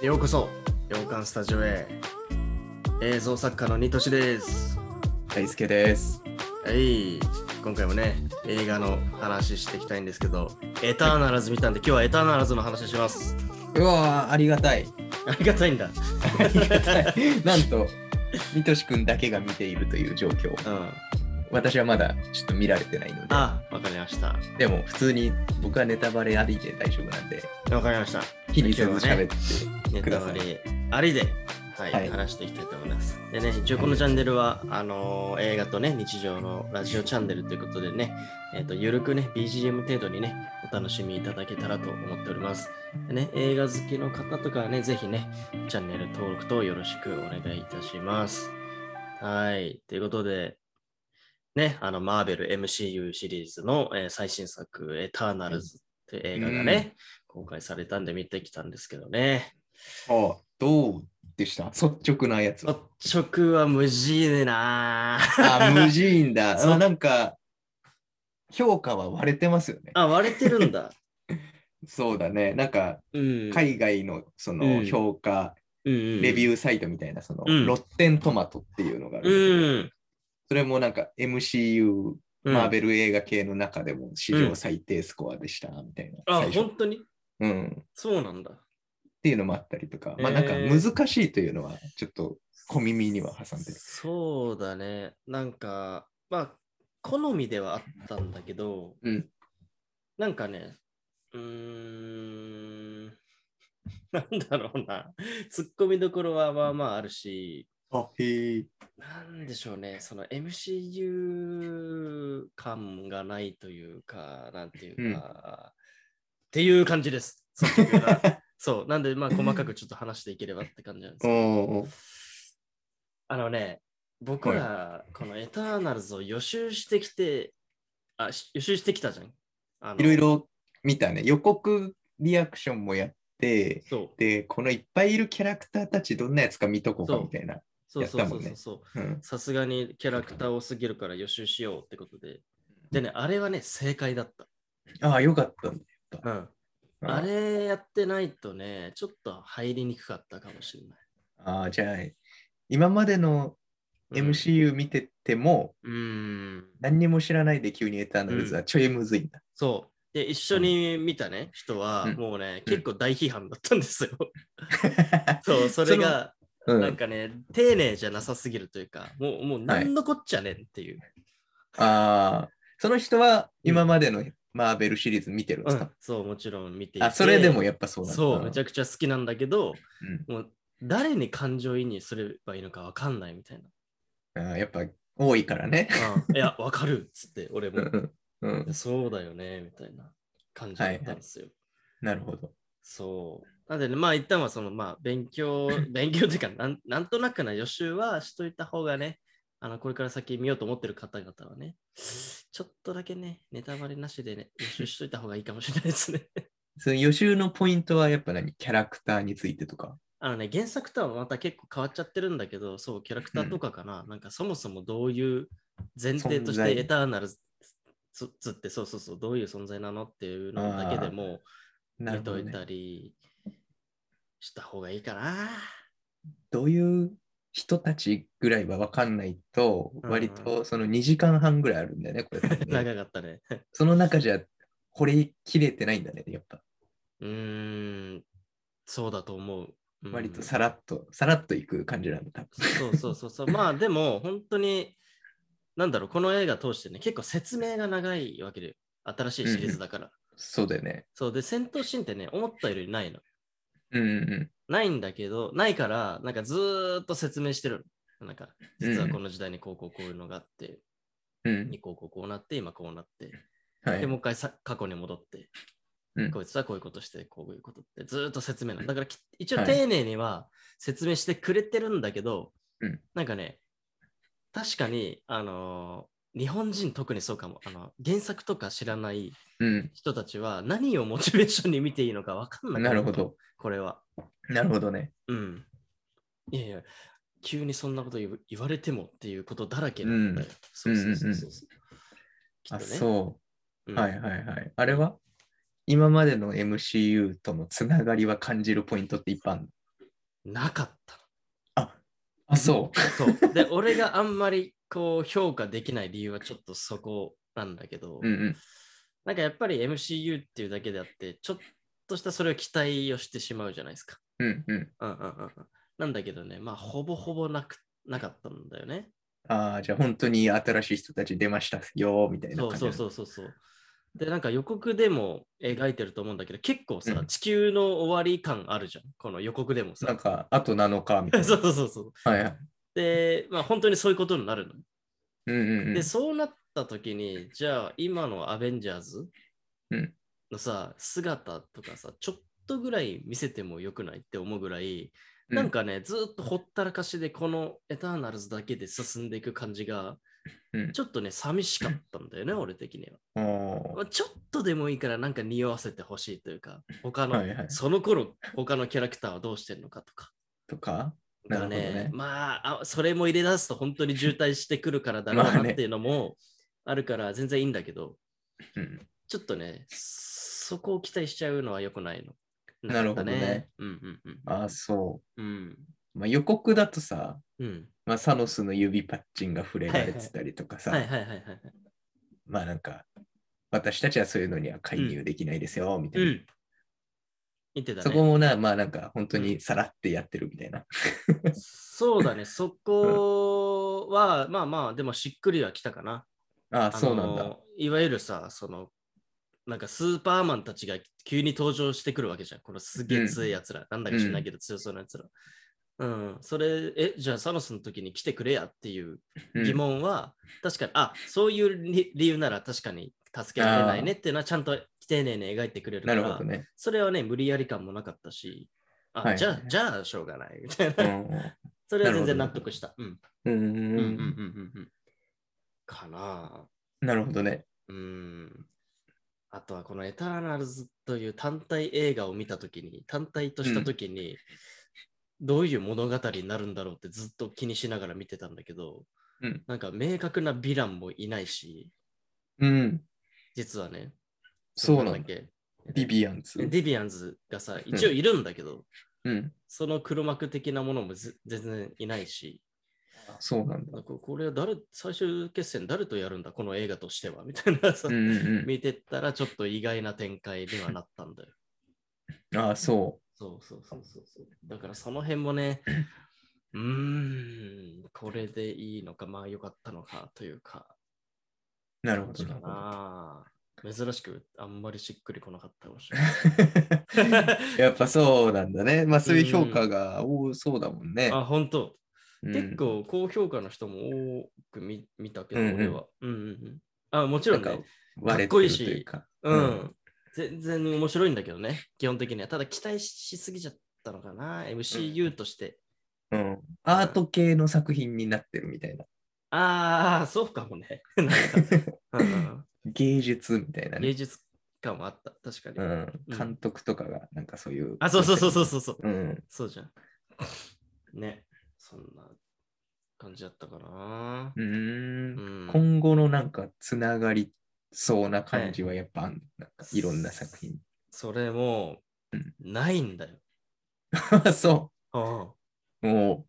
ようこそ洋館スタジオへ映像作家のニトシです大輔です。はい今回もね映画の話していきたいんですけどエターナラズ見たんで今日はエターナラズの話しますうわー、ありがたい。 ありがたいんだありがたい。なんと、みとしくんだけが見ているという状況。うん私はまだちょっと見られてないので、あわかりましたでも普通に僕はネタバレありで大丈夫なんで、わかりました気にせず喋って。ネタバレありで、はいはい話していきたいと思います。でね、一応このチャンネルは、あのー映画とね、日常のラジオチャンネルということでね、えっ、と、ゆるくね、BGM 程度にね、お楽しみいただけたらと思っております。でね、映画好きの方とかはね、ぜひね、チャンネル登録とよろしくお願いいたします。はい、ということで、ね、あの、マーベル MCU シリーズの、えー最新作、エターナルズっていう映画がね、公開されたんで見てきたんですけどね。あどうでした率直なやつは。率直は無事でな ぁあ、無人 だ。そうあなんか、評価は割れてますよね。あ、割れてるん だ。そうだね。なんか、うん。海外のそうのん評価、レレビュューサイトみたいな、その、うんロッテントマトっていうのがあるんですけどー。それもなんか MCU うん。マール。ベル映画系の中でも史上最低スコアでしたみたいな。あ、最初本当にうん。っそうなんだ。ていうのもあったりとか、まあへーなんか難しいというのはちょっと小耳には挟んでる。そうだね。なんか、まあ、好みではあったんだけど、うんなんかね、うーん、 なんだろうな。ツッコミどころはまあまああるし、あへえ。なんでしょうね、その MCU 感がないというか、なんていうか、っていう感じです。率直な そう、なんで、まあ、細かくちょっと話していければって感じなんですけおど、ーあのね、僕ら、このエターナルズを予習してきて、あ、し予習してきたじゃん。あのいろい。ろ見たね。予告リアクションもやって、そう。で、このいっぱいいるキャラクターたちどんなやつか見とこうかそうみたいな。そうそうそうやったもんそねうそう。うん、さすがにキャラクター多すぎるから予習しようってことで。でね、あれはね、正解だっああ、よかったね。た。うん。あれやってないとね、ちょっと入りにくかったかもしれない。ああ、じゃあ、今までのうん MCU 見てても、うーん。何にも知らないで急にエターナルズはちょいむずいんだ。そう。で、一緒に見たね、人は、うんもうね、うん結構大批判だったんです よ。 そう、それが、うなんん、かね、丁寧じゃなさすぎるというか、もう、もう、なんのこっちゃねんっていう。あーその人は今までのマーベルシリーズ見てるんですうかん、、そう、もちろん見ていて。あそれでもやっぱそうなんだ。そう、めちゃくちゃ好きなんだけど、うんもう、誰に感情移入すればいいのかわかんないみたいな。あーやっぱ多いからね。 うん、いや、わかるっつって、俺うも。んうんそうだよね、みたいな感じだったんですよ。なるほど。そう。なんでね、まあ一旦はその、まあ勉強、 勉強というか、なんなんとなくな予習はしといた方がね、あの、これから先見ようと思ってる方々はね、ちょっとだけね、ネタバレなしでね、予習しといた方がいいかもしれないですね。 その予習のポイントはやっぱ何キャラクターについてとか。あのね、原作とはまた結構変わっちゃってるんだけど、そう、キャラクターとかかな、なんかそもそもどういう前提として存在エターナルズズって、そうそうそう、どういう存在なのっていうのだけでも、な見るほとど、いね。たりした方がいいかな。どういう人たちぐらいは分かんないと、うん割とその2時間半ぐらいあるんだよね、これ、 長かったね。その中じゃ掘り切れてないんだね、やっぱ。うーん、そうだと思う。うん割とさらっと、さらっといく感じなんだ。そうそうそうそう。まあでも、本当に、なんだろう、この映画通してね、結構説明が長いわけで、新しいシリーズだから。そうだよね。そうで、戦闘シーンってね、思ったよりないの。うんうんないんだけど、ないから、なんかずーっと説明してるの。なんか、実はこの時代にこうこうこういうのがあって、うん。うんにこうこうこうなって、今こうなって、はいで、もう一回さ過去に戻って、うんこいつはこういうことして、こういうことって、ずーっと説明なの。だからき一応はい丁寧には説明してくれてるんだけど、うんなんかね、確かに、あのー日本人特にそうかもあの、原作とか知らないうん。人たちは何をモチベーションに見ていいのか分かんない。なるほ。ど。これは。なるほどね。うん。いやいや、急にそんなこと言う言われてもっていうことだらけなうんんだよ。そうそうそうそう。きっとあ、ねそうんはいはいはい。あれは今までの MCU とのつながりは感じるポイントっていっぱいあるのなかった。あ、そう。そう。で、俺があんまりこう評価できない理由はちょっとそこなんだけど、うんうん。なんかやっぱり MCU っていうだけであって、ちょっとしたそれを期待をしてしまうじゃないですか。うんううんうん。んうんうん。なんだけどね、まあほぼほぼなくなかったんだよね。ああ、じゃあ本当に新しい人たち出ましたよ、みたいなそ感うじ。そうそううそうそう。で、なんか予告でも描いてると思うんだけど、結構さ、うん地球の終わり感あるじゃん。この予告でもなさ。んか、あと7日、みた いそな。うそうそうそう。はいはい。で、まあ本当にそういうことになるの。うんうんうん。で、そうなった時に、じゃあ今のアベンジャーズうんのさ、姿とかさ、ちょっとぐらい見せてもよくないって思うぐらい、うんなんかね、ずーっとほったらかしでこのエターナルズだけで進んでいく感じが、うんちょっとね、寂しかったんだよね、俺的には。おまあちょっとでもいいからなんか匂わせてほしいというか、他ーの、はいはい。その頃他のキャラクターはどうしてるのかとか。とかがなるほどねね。まああそれも入れ出すと本当に渋滞してくるからだろうまあなねっていうのもあるから全然いいんだけど、うんちょっとね、そこを期待しちゃうのは良くないの。なるほどね。うんうんうん。ああ、そうん。う。まあ、予告だとさ、うん。まあ、サノスの指パッチンが触れられてたりとかさ、はいはいはいはいはい。まあなんか、私たちはそういうのには介入できないですよ、みたういな。ん。言ってたね。そこもな、まあなんか本当にさらってやってるみたいな。そうだね、そこは、まあまあ、でもしっくりはきたかな。ああ、そうなんあだ。のいわゆるさ、その、なんかスーパーマンたちが急に登場してくるわけじゃん。このすげえ強いやつら、なんだか知らないけど強そうなやつら。うん、それ、え、じゃあサノスの時に来てくれやっていううん疑問は、確かに、あ、そういう理理由なら確かに助けられないねっていうのはちゃんと丁寧に描いてくれるかなら、るほど ね。それはね、無理やり感もなかったし、あ、はいじゃあ、じゃあしょうがないみたいな。うそれは全然な納るほど得した。うん。んううんんううんんううんん。うんうん。かななるほどね。ぁ。うん。あとはこのエターナルズという単体映画を見たときに、単体としたときに、どういう物語になるんだろうってずっと気にしながら見てたんだけど、うんなんか明確なヴィランもいないし、うん。実はね、そうなんだ。けビビアンツ。ディビアンズがさ、一応いるんだけど、うん。その黒幕的なものもず全然いないし、そうなんだな。んかこれは誰、最終決戦誰とやるんだ、この映画としては、みたいなさ、うんうん見てったらちょっと意外な展開にはなったんだよ。うん。ああ、そそうそうそうそうそう。だからその辺も ね、うーん、これでいいのか、まあよかったのかというか、う。なるほど。なかるほどな。珍しくあんまりしっくりこなかったかもしれない。 やっぱそうなんだね。まあそういう評価が多そうだもんね。あ、本当、うん結構高評価の人も多く見見たけど、うんうん俺は。うんうんうん。あ、もちろんなんねか。割れてかっこいるいとしいうか。う。うん全然面白いんだけどね、基本的には。ただ期待しすぎちゃったのかな、MCU として。うん、アート系の作品になってるみたいな。ああ、そうかもね。 なん かうん芸術みたいな芸ね。術感はあった、確かに。うん、うん監督とかがなんかそういう。あ、そうそうそうそうそうそう。うん。そうじゃん。ね、そんな感じだったかな。ううんん、今後のなんかつながりそうな感じはやっぱあんのなんかいろんな作品。 それもうん、ないんだよ。そあう。も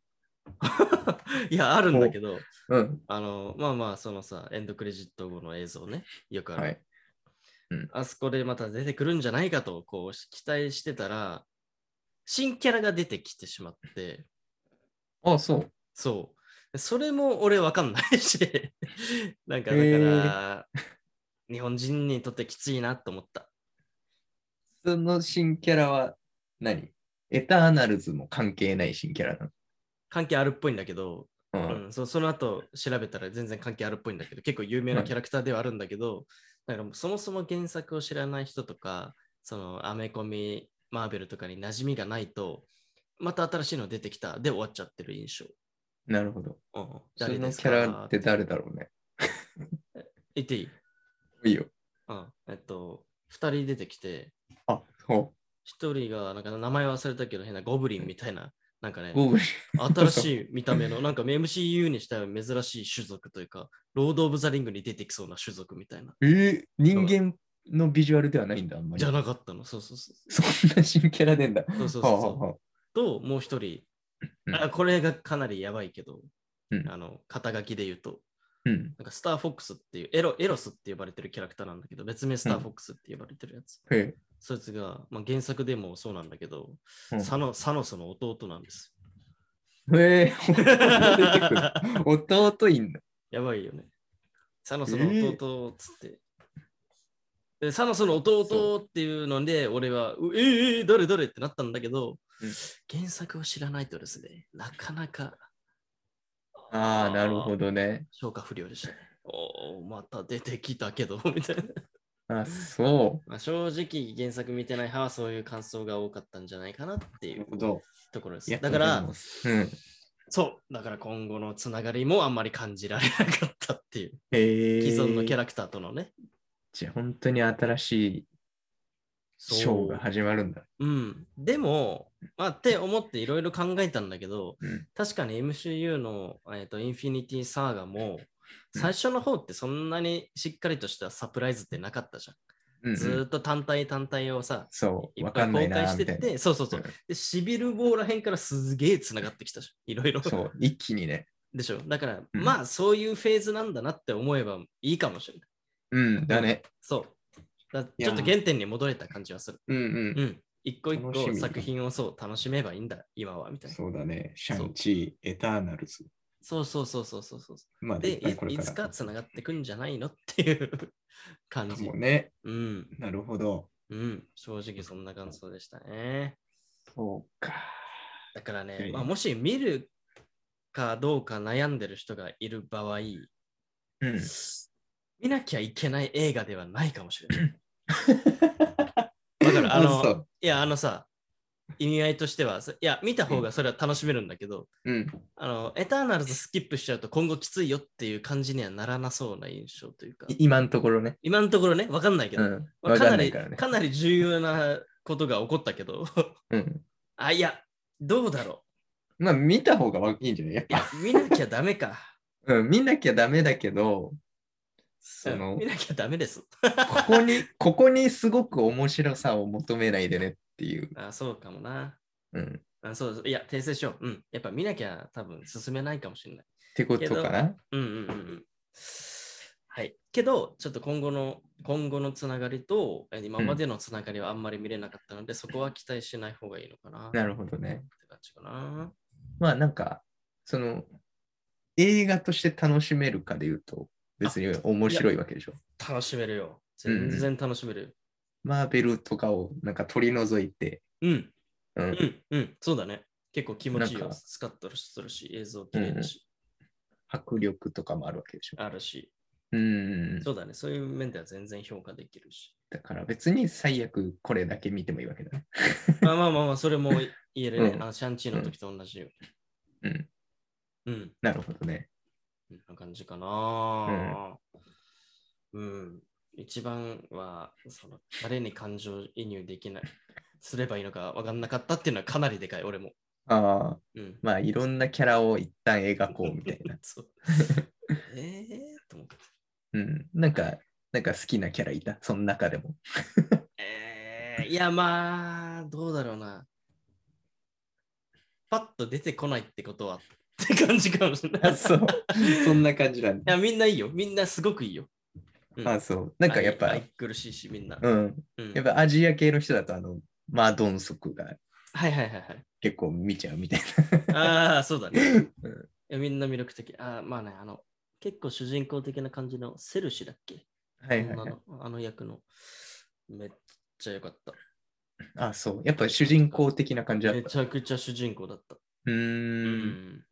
あ いや、あるんだけど、う。うん。あの、まあまあ、そのさ、エンドクレジット後の映像ね、よくある。はい。あそこでまた出てくるんじゃないかと、こう、期待してたら、新キャラが出てきてしまって、あ、そう。そう。それも俺わかんないし、 なんかだへから、日本人にとってきついなと思った。その新キャラは何エターナルズも関係ない新キャラな関係あるっぽいんだけど、うの。うん。んそその後調べたら全然関係あるっぽいんだけど、結構有名なキャラクターではあるんだけど、なんかもうそもそも原作を知らない人とか、そのアメコミ、マーベルとかに馴染みがないと、また新しいの出てきたで終わっちゃってる印象。なるほど。うん、その誰キですャかラって誰だろうね。言っていい、いいよ。うん、えっと、2人出てきて、あ、そう。一人が、なんか名前忘れたけど、変なゴブリンみたいななんかね、ゴブリン。新しい見た目の、なんか MCU にしたら珍しい種族というか、ロード・オブ・ザ・リングに出てきそうな種族みたいな。えー人間のビジュアルではないんだ、あんまり。じゃなかったの、そうそうそう。そんな新キャラでんだ。そうそうそはあうはそあう。はあと、もう一人、うんあ、これがかなりやばいけど、うんあの肩書きで言うと、うん。なんかスター・フォックスっていうエロ、エロスって呼ばれてるキャラクターなんだけど、別名スター・フォックスって呼ばれてるやつ。へえそいつが、まあ、原作でもそうなんだけど、うんサノサノスの弟なんです。へえ弟出てくる弟いんだ。やばいよね。サノスの弟っつって。でサノスの弟っていうので、俺は、うえー、えー、どれどれってなったんだけど、うん原作を知らないとですね、なかなかああ、なるほどね。消化不良でしたね。おお、また出てきたけど、 みたいな。あ、そまあ、正直、原作見てない派はそういう感想が多かったんじゃないかなってう。いうど。ところでいやす。だかでらも、うん。そう、だから今後のつながりもあんまり感じられなかったっていう、へえ既存のキャラ。ラクターとのね。じゃあ本当に新しいそうショーが始まるんだ。うん、でも、まあ、って思っていろいろ考えたんだけど、うん確かに MCU の、えー、とインフィニティサーガも最初の方ってそんなにしっかりとしたサプライズってなかったじゃん。うんうんずーっと単体単体をさ、そ、いうわっぱかいん公ない開なーしみてたいって、そうそうそう。な。で、シビル号らへんからすげえ繋がってきたじゃん。いろいろうん。そう、一気にね。でしょ。だから、うんまあそういうフェーズなんだなって思えばいいかもしれない。うん、だね。そう。だやちょっと原点に戻れた感じはする。うんう。ん。一個一楽し個み作品をそう楽しめばいいんだ、今はみたいな。そうだね。シャンチー、エターナルズ。そうそうそうそうそうそう。まあ、で、いっぱいいこれいからつかつながってくんじゃないのっていう感かじも。ね。うん。なるほど。うん。正直そんな感想でしたね。そうか。だからいやいね、やまあ、もし見るかどうか悩んでる人がいる場合、うん。見なきゃいけない映画ではないかもしれ ない。わかるあのそういや、あのさ、意味合いとしては、そいや、見た方がそれは楽しめるんだけど、うん。あの、エターナルズスキップしちゃうと今後きついよっていう感じにはならなそうな印象というかい、今のところね。今のところね、わかんないけうど、ん。まあわかかなんなりいからね。かなり重要なことが起こったけど、 うん。あ、いや、どうだろ。まあ、見た方がいいんじゃないういや、見なきゃダメか。うん、見なきゃダメだけど、 そうんの見、なきゃダメです。ここに、ここにすごく面白さを求めないでねっていう。あ、そうかもな。うん。っあそうそういや、訂正しよう。うん。やっぱ見なきゃ多分進めないかもしれない。てことかな。うんうんうんうん。はい。けど、ちょっと今後の、今後のつながりと、え今までのつながりはあんまり見れなかったので、そこは期待しない方がいいのかな。なるほどね。って感じかな。まあ、なんか、その、映画として楽しめるかで言うと、別に面白いわけでしょ。楽しめるよ。うんう全然ん楽しめるよ。マーベルとかをなんか取り除いて、うん。う、うんん、うん、そうだね。結構気持ちいいなんよ。かスカッとするし、映像綺麗だし、迫力とかもあるわけでしょ。あるし、うん。そうだね。そういう面では全然評価できるし。 だから別に最悪これだけ見てもいいわけだ ね。まあまあまあまあ、それも言えるね。うんあのシャンチーの時と同じよ。うん。うん、なるほどね。こんな感じかな。うん。一番は、その、誰に感情移入できない、 すればいいのか分かんなかったっていうのはかなりでかい、俺も。ああ、うん。。まあいろんなキャラを一旦描こうみたいな そう。ええー、と思って。 うん。なんか、なんか好きなキャラいた、その中でも。えーいやまあどうだろうなパッと出てこないってことはって感じかもしれない あ、い そう。そんな感じなんだ。やみんないいよみんなすごくいいようんあ、そう。なんかやっぱ、愛苦しいしみんな、うん。うんやっぱアジア系の人だと、あの、マードンソクがはいはいはい はい結構見ちゃうみたいああそうだね、うんいやみんな魅力的あーまあねあの結構主人公的な感じのセルシだっけ、な。 はいはい、女はい。のあの役のめっちゃ良かったあ、そう。やっぱ主人公的な感じだっめた。ちゃくちゃ主人公だったううーん。ん、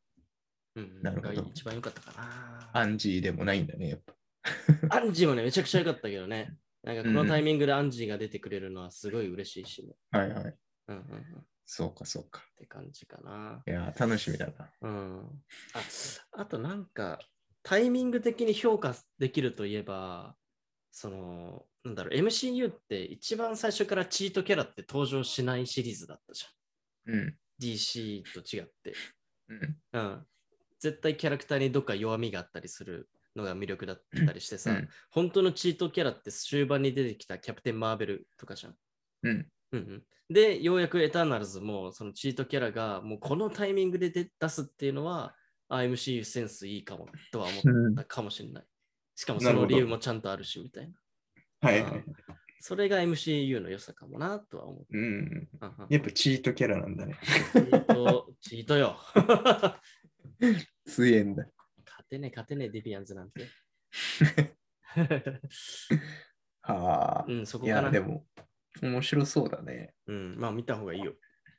うん、なるほどが一番良かったかなアンジーでもないんだね、やっぱ。アンジーもね、めちゃくちゃ良かったけどね。なんかこのタイミングでアンジーが出てくれるのはすごい嬉しいしね。はいはうんい。うんうん。っそうか、そうか。て感じかな。いやー、楽しみだな。うん。あ、あとなんか、タイミング的に評価できるといえば、その、なんだろう、MCU って一番最初からチートキャラって登場しないシリーズだったじゃん。うん。 DC と違って、うん。うん、絶対キャラクターにどっか弱みがあったりするのが魅力だったりしてさ、うん本当のチートキャラって終盤に出てきたキャプテン・マーベルとかじゃん。うん。うんうん、で、ようやくエターナルズもそのチートキャラがもうこのタイミングで出出すっていうのは IMCU センスいいかもとは思ったかもしれない。しかもその理由もちゃんとあるしみたいな。はい、うはいん。それが MCU の良さかもなとは思う。うん。うんうんやっぱチートキャラなんだね。チート、チートよ。 勝強えんだ。てね、勝てね、ディビアンズなん て。はあう。ん、そこいかや、なで。も、面白そうだね。うん、まあ見た方がいいよ。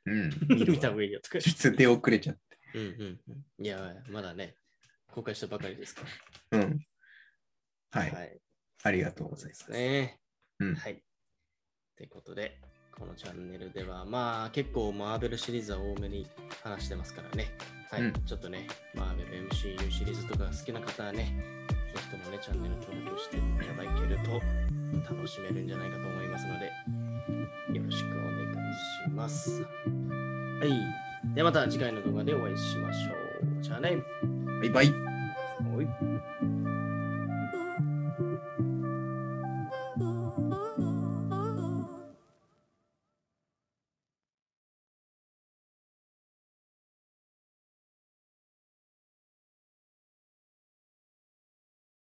うん。 見た方がいいよ。とかちょっと出遅れちゃっうんうんうん。いや、まだね、公開したばかりですかた。うん。はら。い。い。ありがとうございます。ね。うんはい。ということで、このチャンネルでは、まあ結構マーベルシリーズは多めに話してますからね。はい。うんちょっとね、マーベル MCU シリーズとかが好きな方はね、ぜひともね、チャンネル登録していただけると楽しめるんじゃないかと思いますので、よろしくお願いします。はい。ではまた次回の動画でお会いしましょう。じゃあね。バイバイ。おい